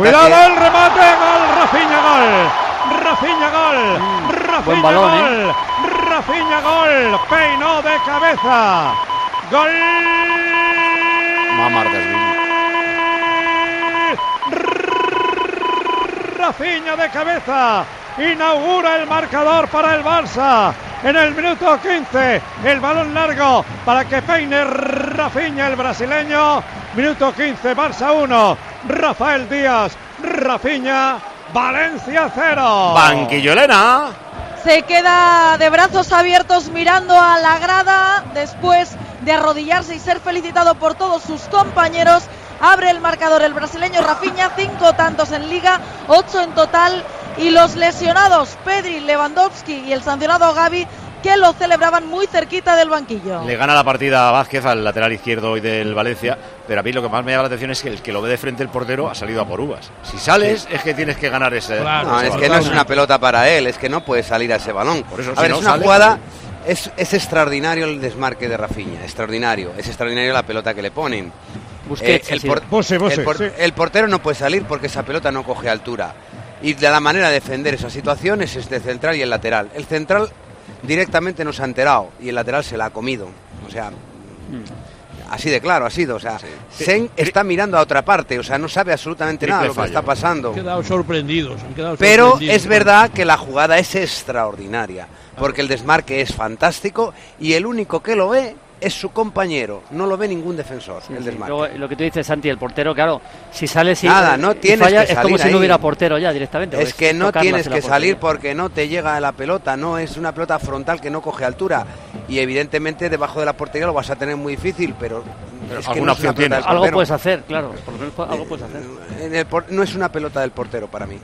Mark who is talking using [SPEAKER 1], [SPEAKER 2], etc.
[SPEAKER 1] Cuidado el remate, gol, Rafinha gol. Rafinha gol. Rafinha
[SPEAKER 2] Mm, buen balón, ¿eh?
[SPEAKER 1] gol. Rafinha gol. Peinó de cabeza. Gol.
[SPEAKER 2] Va a marcar Vini.
[SPEAKER 1] Rafinha de cabeza. Inaugura el marcador para el Barça. En el minuto 15, el balón largo para que peine Rafinha el brasileño. Minuto 15, Barça 1. Rafael Díaz, Rafinha, Valencia 0.
[SPEAKER 2] Banquillolena.
[SPEAKER 3] Se queda de brazos abiertos mirando a la grada después de arrodillarse y ser felicitado por todos sus compañeros. Abre el marcador el brasileño Rafinha, cinco tantos en liga, ocho en total y los lesionados Pedri, Lewandowski y el sancionado Gaby que lo celebraban muy cerquita del banquillo.
[SPEAKER 2] Le gana la partida a Vázquez al lateral izquierdo hoy del Valencia. Pero a mí lo que más me llama la atención es que el que lo ve de frente el portero ha salido a por uvas. Si sales es que tienes que ganar ese.
[SPEAKER 4] No, es que no es una pelota para él, es que no puede salir a ese balón.
[SPEAKER 2] Por eso,
[SPEAKER 4] a
[SPEAKER 2] si
[SPEAKER 4] ver,
[SPEAKER 2] no
[SPEAKER 4] es una
[SPEAKER 2] sale- pues-
[SPEAKER 4] jugada, es, es extraordinario el desmarque de Rafinha, extraordinario, es extraordinario la pelota que le ponen.
[SPEAKER 2] Busquets,
[SPEAKER 4] Eh, el,
[SPEAKER 2] así.
[SPEAKER 1] Bose, Bose,
[SPEAKER 4] el por-
[SPEAKER 1] sí.
[SPEAKER 4] el portero no puede salir porque esa pelota no coge altura. Y de la manera de defender esas situaciones es de central y el lateral. El central directamente no se ha enterado y el lateral se la ha comido. O sea,
[SPEAKER 2] Mm.
[SPEAKER 4] así de claro ha sido. O sea, Sen está mirando a otra parte, o sea, no sabe absolutamente nada de lo
[SPEAKER 2] Triple
[SPEAKER 4] que está
[SPEAKER 2] fallo.
[SPEAKER 4] pasando.
[SPEAKER 5] Han quedado sorprendidos. han quedado
[SPEAKER 4] Pero
[SPEAKER 5] sorprendidos.
[SPEAKER 4] es verdad que la jugada es extraordinaria, porque el desmarque es fantástico y el único que lo ve es su compañero, no lo ve ningún defensor,
[SPEAKER 6] Sí,
[SPEAKER 4] el
[SPEAKER 6] sí.
[SPEAKER 4] desmarque.
[SPEAKER 6] Luego, lo que tú dices, Santi, el portero, claro, si sales y,
[SPEAKER 4] Nada, no
[SPEAKER 6] y
[SPEAKER 4] tienes
[SPEAKER 6] falla,
[SPEAKER 4] que
[SPEAKER 6] es
[SPEAKER 4] salir
[SPEAKER 6] como si no
[SPEAKER 4] ahí.
[SPEAKER 6] hubiera portero ya directamente.
[SPEAKER 4] Es que no
[SPEAKER 6] tocarla
[SPEAKER 4] tienes
[SPEAKER 6] hacia la
[SPEAKER 4] que salir
[SPEAKER 6] portería.
[SPEAKER 4] porque no te llega la pelota, no es una pelota frontal que no coge altura y evidentemente debajo de la portería lo vas a tener muy difícil, pero,
[SPEAKER 2] Pero
[SPEAKER 4] es no
[SPEAKER 2] alguna
[SPEAKER 4] es una
[SPEAKER 2] opción
[SPEAKER 4] pelota del
[SPEAKER 6] Algo
[SPEAKER 4] portero.
[SPEAKER 6] puedes hacer, claro. Por lo menos algo puedes hacer.
[SPEAKER 4] En el por- no es una pelota del portero para mí.